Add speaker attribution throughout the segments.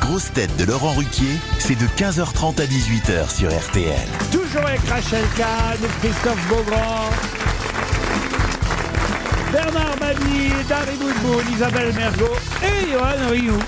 Speaker 1: grosses têtes de Laurent Ruquier, c'est de 15h30 à 18h sur RTL.
Speaker 2: Toujours avec Rachel Kahn, Christophe Beaugrand, Bernard Mabie, Darry Boudboul, Isabelle Mergot et Johan Rioux.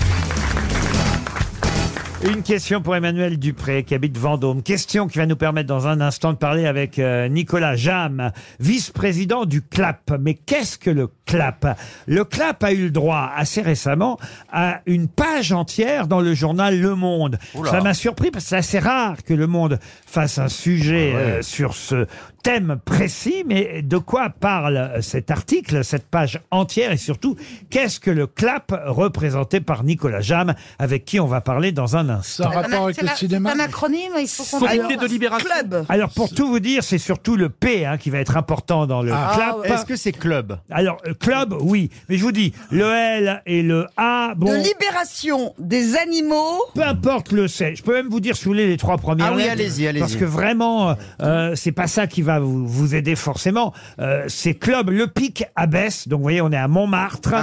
Speaker 2: Une question pour Emmanuel Dupré qui habite Vendôme. Question qui va nous permettre dans un instant de parler avec euh, Nicolas Jam, vice-président du CLAP. Mais qu'est-ce que le CLAP Le CLAP a eu le droit assez récemment à une page entière dans le journal Le Monde.
Speaker 3: Oula.
Speaker 2: Ça m'a surpris parce que c'est assez rare que Le Monde fasse un sujet
Speaker 3: Ah ouais.
Speaker 2: euh, sur ce thème précis. Mais de quoi parle euh, cet article, cette page entière et surtout qu'est-ce que le CLAP représenté par Nicolas Jam avec qui on va parler dans un instant.
Speaker 4: C'est un- c'est la- C'est un acronyme, il faut qu'on
Speaker 2: Société de
Speaker 4: libération.
Speaker 5: Ah
Speaker 4: Club.
Speaker 2: Alors pour tout vous dire, c'est surtout le P hein, qui va être important dans le
Speaker 4: Ah.
Speaker 2: clap.
Speaker 4: Ah ouais. Est-ce que
Speaker 2: c'est club Alors euh, club, oui, mais je vous dis le L et le A. Bon,
Speaker 6: De libération des animaux.
Speaker 2: peu importe le C. Je peux même vous dire si vous voulez les trois premières.
Speaker 6: Ah oui,
Speaker 2: lettres,
Speaker 6: allez-y, allez-y.
Speaker 2: Parce que vraiment, euh, euh, c'est pas ça qui va vous, vous aider forcément. Euh, c'est club Le Pic Abbesse. Donc vous voyez, on est à Montmartre.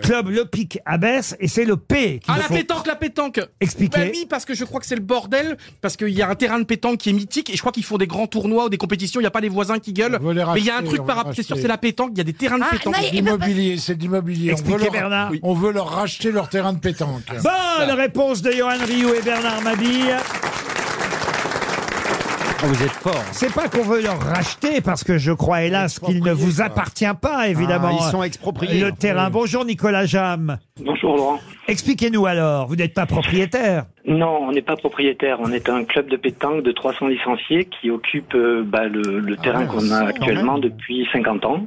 Speaker 2: Club Le Pic Abbesse et c'est le P. qu'il
Speaker 7: Ah, la
Speaker 2: faut-
Speaker 7: pétanque, la pétanque
Speaker 2: Expliquez.
Speaker 7: Bah oui, parce que je crois que c'est le bordel, parce qu'il y a un terrain de pétanque qui est mythique, et je crois qu'ils font des grands tournois ou des compétitions, il n'y a pas les voisins qui gueulent. mais il y a
Speaker 8: racheter,
Speaker 7: un
Speaker 8: on
Speaker 7: truc
Speaker 8: va
Speaker 7: par
Speaker 8: le
Speaker 7: rapport, c'est sûr,
Speaker 8: racheter.
Speaker 7: c'est la pétanque, il y a des terrains de
Speaker 8: Ah,
Speaker 7: pétanque.
Speaker 8: non, il- L'immobilier, c'est de l'immobilier. On veut,
Speaker 7: Expliquez,
Speaker 8: leur,
Speaker 7: Bernard. Bah,
Speaker 8: on veut leur racheter leur terrain de pétanque.
Speaker 2: Bonne réponse de Johan Rioux et Bernard Mabille.
Speaker 9: Ah, vous êtes fort.
Speaker 2: C'est pas qu'on veut leur racheter, parce que je crois, hélas, qu'il ne vous appartient pas, évidemment.
Speaker 9: Ah, ils sont expropriés.
Speaker 2: Le terrain.
Speaker 9: Oui.
Speaker 2: Bonjour, Nicolas Jam.
Speaker 5: Bonjour Laurent.
Speaker 2: Expliquez-nous alors, vous n'êtes pas propriétaire
Speaker 5: Non, on n'est pas propriétaire. On est un club de pétanque de 300 licenciés qui occupe euh, bah, le,
Speaker 9: Ah,
Speaker 5: le terrain qu'on a actuellement depuis 50 ans,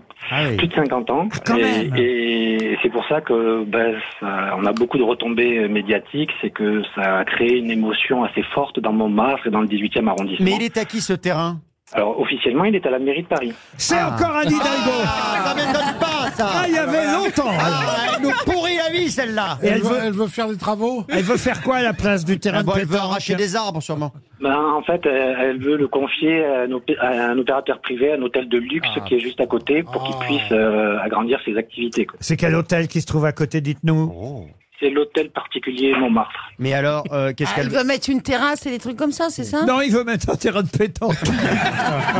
Speaker 5: plus de 50 ans. et et c'est pour ça que bah, ça- on a beaucoup de retombées euh, médiatiques. C'est que ça a créé une émotion assez forte dans Montmartre et dans le 18e arrondissement.
Speaker 9: Mais il est à qui ce terrain
Speaker 5: Alors officiellement, il est à la mairie de Paris.
Speaker 2: C'est encore un Hidalgo
Speaker 9: Ah, Ça m'étonne pas, ça
Speaker 2: Ah, il y avait longtemps
Speaker 9: Ah, Elle nous pourrit la vie, celle-là
Speaker 8: Et elle, veut, elle veut faire des travaux
Speaker 2: Elle veut faire quoi à la place du terrain
Speaker 9: Ah, bon,
Speaker 2: de
Speaker 9: Elle veut
Speaker 2: pétanque
Speaker 9: arracher des arbres, sûrement.
Speaker 5: Ben, en fait, euh, elle veut le confier à un, opé- à un opérateur privé, un hôtel de luxe
Speaker 9: Ah.
Speaker 5: qui est juste à côté, pour qu'il puisse euh, agrandir ses activités. quoi.
Speaker 2: C'est quel hôtel qui se trouve à côté, dites-nous
Speaker 9: Oh.
Speaker 5: C'est l'hôtel particulier Montmartre.
Speaker 9: Mais alors, euh, qu'est-ce
Speaker 4: Ah,
Speaker 9: qu'elle
Speaker 4: il veut mettre une terrasse et des trucs comme ça, c'est ça
Speaker 2: Non, il veut mettre un terrain de pétanque.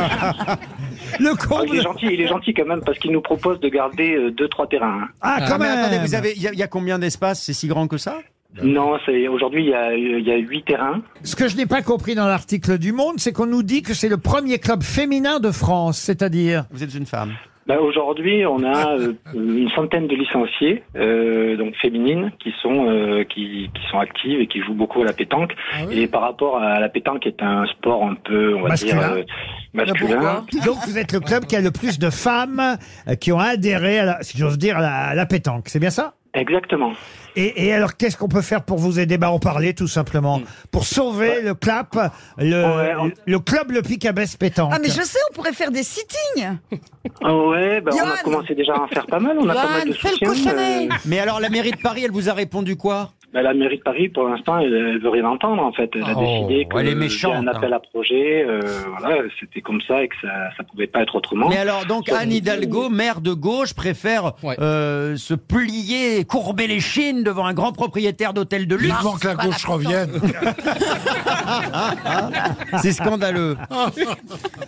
Speaker 2: le
Speaker 4: Oh,
Speaker 5: Ah, il est
Speaker 2: comble
Speaker 5: gentil, il est gentil quand même parce qu'il nous propose de garder euh, deux trois terrains. hein.
Speaker 2: Ah, quand
Speaker 9: mais
Speaker 2: même
Speaker 9: attendez, vous avez, il y, a- il y a combien d'espace C'est si grand que ça
Speaker 4: Ah
Speaker 5: Non, c'est aujourd'hui il y a euh, il y a huit terrains.
Speaker 2: Ce que je n'ai pas compris dans l'article du Monde, c'est qu'on nous dit que c'est le premier club féminin de France, c'est-à-dire...
Speaker 9: Vous êtes une femme.
Speaker 5: Ben, aujourd'hui, on a euh, une centaine de licenciés, euh, donc féminines, qui sont euh, qui, qui sont actives et qui jouent beaucoup à la pétanque. Et par rapport à la pétanque, qui est un sport un peu, on va
Speaker 2: Masculin.
Speaker 5: dire euh, masculin.
Speaker 2: Donc vous êtes le club qui a le plus de femmes euh, qui ont adhéré, à la, si j'ose dire, à la, à la pétanque. C'est bien ça
Speaker 5: Exactement.
Speaker 2: et, et alors, qu'est-ce qu'on peut faire pour vous aider bah, En parler, tout
Speaker 8: Mm.
Speaker 2: simplement. Pour sauver le clap, le,
Speaker 5: Ouais, on-
Speaker 2: le- le club Le Picabès Pétanque.
Speaker 6: Ah mais je sais, on pourrait faire des sittings.
Speaker 5: Ah ouais, ben, on a
Speaker 6: Johan
Speaker 5: commencé déjà à en faire pas mal. On a pas mal de
Speaker 4: Johan, fais le
Speaker 5: soutien.
Speaker 4: cochonnet.
Speaker 5: euh,
Speaker 9: Mais alors, la mairie de Paris, elle vous a répondu quoi
Speaker 5: Ben, la mairie de Paris, pour l'instant, elle, elle veut rien entendre, en fait. Elle a
Speaker 9: Oh,
Speaker 5: décidé que
Speaker 9: elle est
Speaker 5: il y a
Speaker 9: méchante, hein.
Speaker 5: un appel à projet, euh, voilà, c'était comme ça et que ça, ça pouvait pas être autrement.
Speaker 9: Mais alors, donc, Anne Hidalgo, maire de gauche, préfère
Speaker 7: Ouais.
Speaker 9: euh, se plier, et courber les chines devant un grand propriétaire d'hôtel de luxe.
Speaker 8: Vivement que la gauche revienne.
Speaker 9: C'est scandaleux.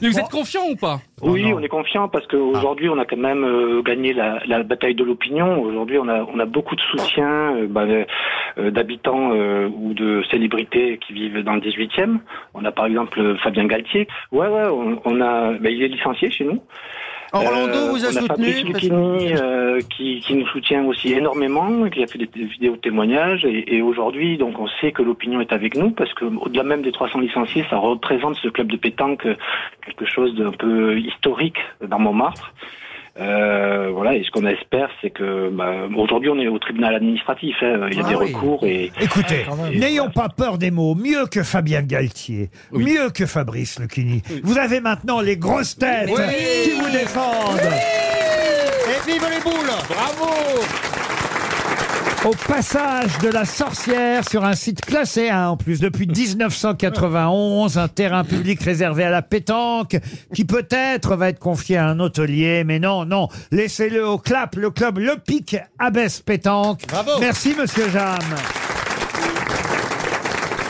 Speaker 7: Mais vous êtes confiant ou pas
Speaker 5: oui,
Speaker 9: Oh, non.
Speaker 5: on est confiant parce qu'aujourd'hui, on a quand même euh, gagné la, la bataille de l'opinion. Aujourd'hui, on a, on a beaucoup de soutien euh, ben, euh, d'habitants euh, ou de célébrités qui vivent dans le 18e. On a par exemple euh, Fabien Galtier. Ouais, ouais, on, on a, ben, il est licencié chez nous.
Speaker 9: Orlando
Speaker 5: Euh,
Speaker 9: vous a
Speaker 5: on a Fabrice
Speaker 9: soutenu parce-
Speaker 5: Lucchini, euh, qui, qui nous soutient aussi énormément, qui a fait des, des vidéos de témoignages. Et, et aujourd'hui, donc, on sait que l'opinion est avec nous parce que au-delà même des 300 licenciés, ça représente ce club de pétanque euh, quelque chose d'un peu historique dans Montmartre. Euh, voilà, et ce qu'on espère, c'est que bah, aujourd'hui, on est au tribunal administratif. hein, il y a
Speaker 9: Ah
Speaker 5: des
Speaker 9: oui.
Speaker 5: recours et
Speaker 2: Écoutez,
Speaker 8: Ah, quand même.
Speaker 2: n'ayons pas peur des mots. Mieux que Fabien Galtier, mieux que Fabrice Lucchini. Vous avez maintenant les grosses têtes qui vous défendent.
Speaker 9: Et vive les boules
Speaker 2: Au passage de la sorcière sur un site classé hein, en plus depuis 1991, un terrain public réservé à la pétanque qui peut-être va être confié à un hôtelier, mais non, non, laissez-le au clap, le club Le Pic abaisse pétanque. Merci Monsieur Jam.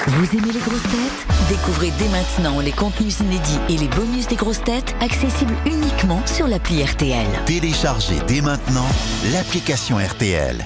Speaker 3: Vous aimez les grosses têtes Découvrez dès maintenant les contenus inédits et les bonus des grosses têtes accessibles uniquement sur l'appli RTL.
Speaker 1: Téléchargez dès maintenant l'application RTL.